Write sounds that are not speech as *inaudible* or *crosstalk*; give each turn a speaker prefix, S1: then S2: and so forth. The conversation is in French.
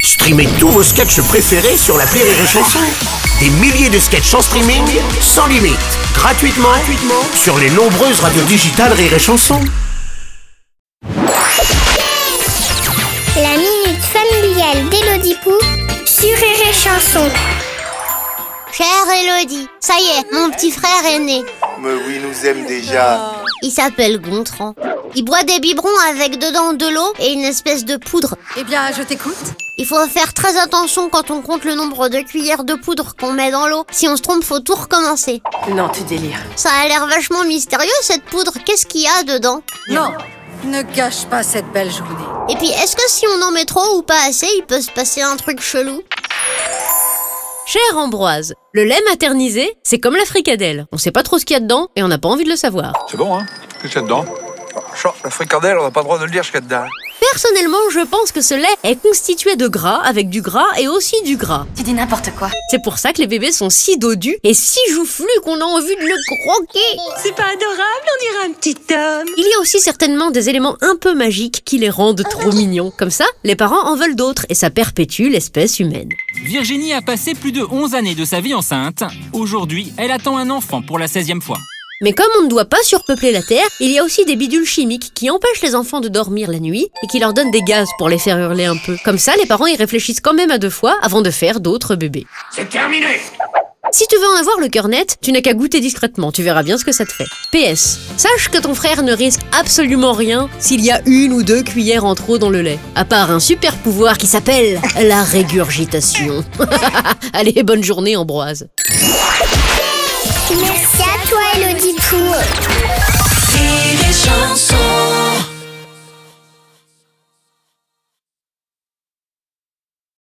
S1: Streamez tous vos sketchs préférés sur la Rire et Chanson. Des milliers de sketchs en streaming, sans limite, gratuitement, gratuitement sur les nombreuses radios digitales Rire et Chanson.
S2: La minute familiale d'Élodie Pou sur Rire et Chanson.
S3: Chère Elodie, ça y est, mon petit frère est né.
S4: Mais oui, nous aime déjà.
S3: Il s'appelle Gontran. Il boit des biberons avec dedans de l'eau et une espèce de poudre.
S5: Eh bien, je t'écoute.
S3: Il faut faire très attention quand on compte le nombre de cuillères de poudre qu'on met dans l'eau. Si on se trompe, faut tout recommencer.
S5: Non, tu délires.
S3: Ça a l'air vachement mystérieux cette poudre. Qu'est-ce qu'il y a dedans
S5: Non, ne gâche pas cette belle journée.
S3: Et puis, est-ce que si on en met trop ou pas assez, il peut se passer un truc chelou
S6: Cher Ambroise, le lait maternisé, c'est comme la fricadelle. On sait pas trop ce qu'il y a dedans et on n'a pas envie de le savoir.
S7: C'est bon, hein Qu'est-ce qu'il y a dedans Chant, La fricadelle, on n'a pas le droit de le dire ce qu'il y a dedans.
S6: Personnellement, je pense que ce lait est constitué de gras avec du gras et aussi du gras.
S5: Tu dis n'importe quoi.
S6: C'est pour ça que les bébés sont si dodus et si joufflus qu'on a envie de le croquer.
S8: C'est pas adorable, on dirait un petit homme.
S6: Il y a aussi certainement des éléments un peu magiques qui les rendent
S5: Ah
S6: trop mignons. Comme ça, les parents en veulent d'autres et ça perpétue l'espèce humaine.
S9: Virginie a passé plus de 11 années de sa vie enceinte. Aujourd'hui, elle attend un enfant pour la 16e fois.
S6: Mais comme on ne doit pas surpeupler la Terre, il y a aussi des bidules chimiques qui empêchent les enfants de dormir la nuit et qui leur donnent des gaz pour les faire hurler un peu. Comme ça, les parents y réfléchissent quand même à deux fois avant de faire d'autres bébés.
S1: C'est terminé
S6: Si tu veux en avoir le cœur net, tu n'as qu'à goûter discrètement, tu verras bien ce que ça te fait. PS. Sache que ton frère ne risque absolument rien s'il y a une ou deux cuillères en trop dans le lait. À part un super pouvoir *laughs* qui s'appelle la régurgitation. Allez, bonne journée Ambroise.